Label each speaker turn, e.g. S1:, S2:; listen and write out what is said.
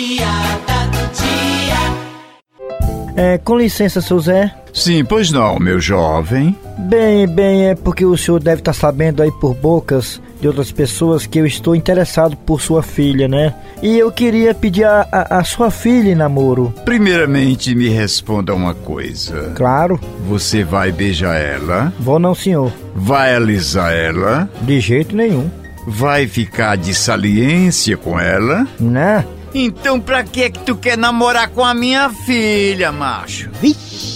S1: piada do dia.
S2: É, com licença, seu Zé.
S3: Sim, pois não, meu jovem.
S2: Bem, bem, é porque o senhor deve estar sabendo aí por bocas de outras pessoas que eu estou interessado por sua filha, né? E eu queria pedir a, a, a sua filha em namoro.
S3: Primeiramente, me responda uma coisa.
S2: Claro,
S3: Você vai beijar ela?
S2: vou não, senhor.
S3: Vai alisar ela?
S2: De jeito nenhum,
S3: Vai ficar de saliência com ela?
S2: né?
S3: é Então pra que que tu quer namorar com a minha filha, macho?
S2: Vixe!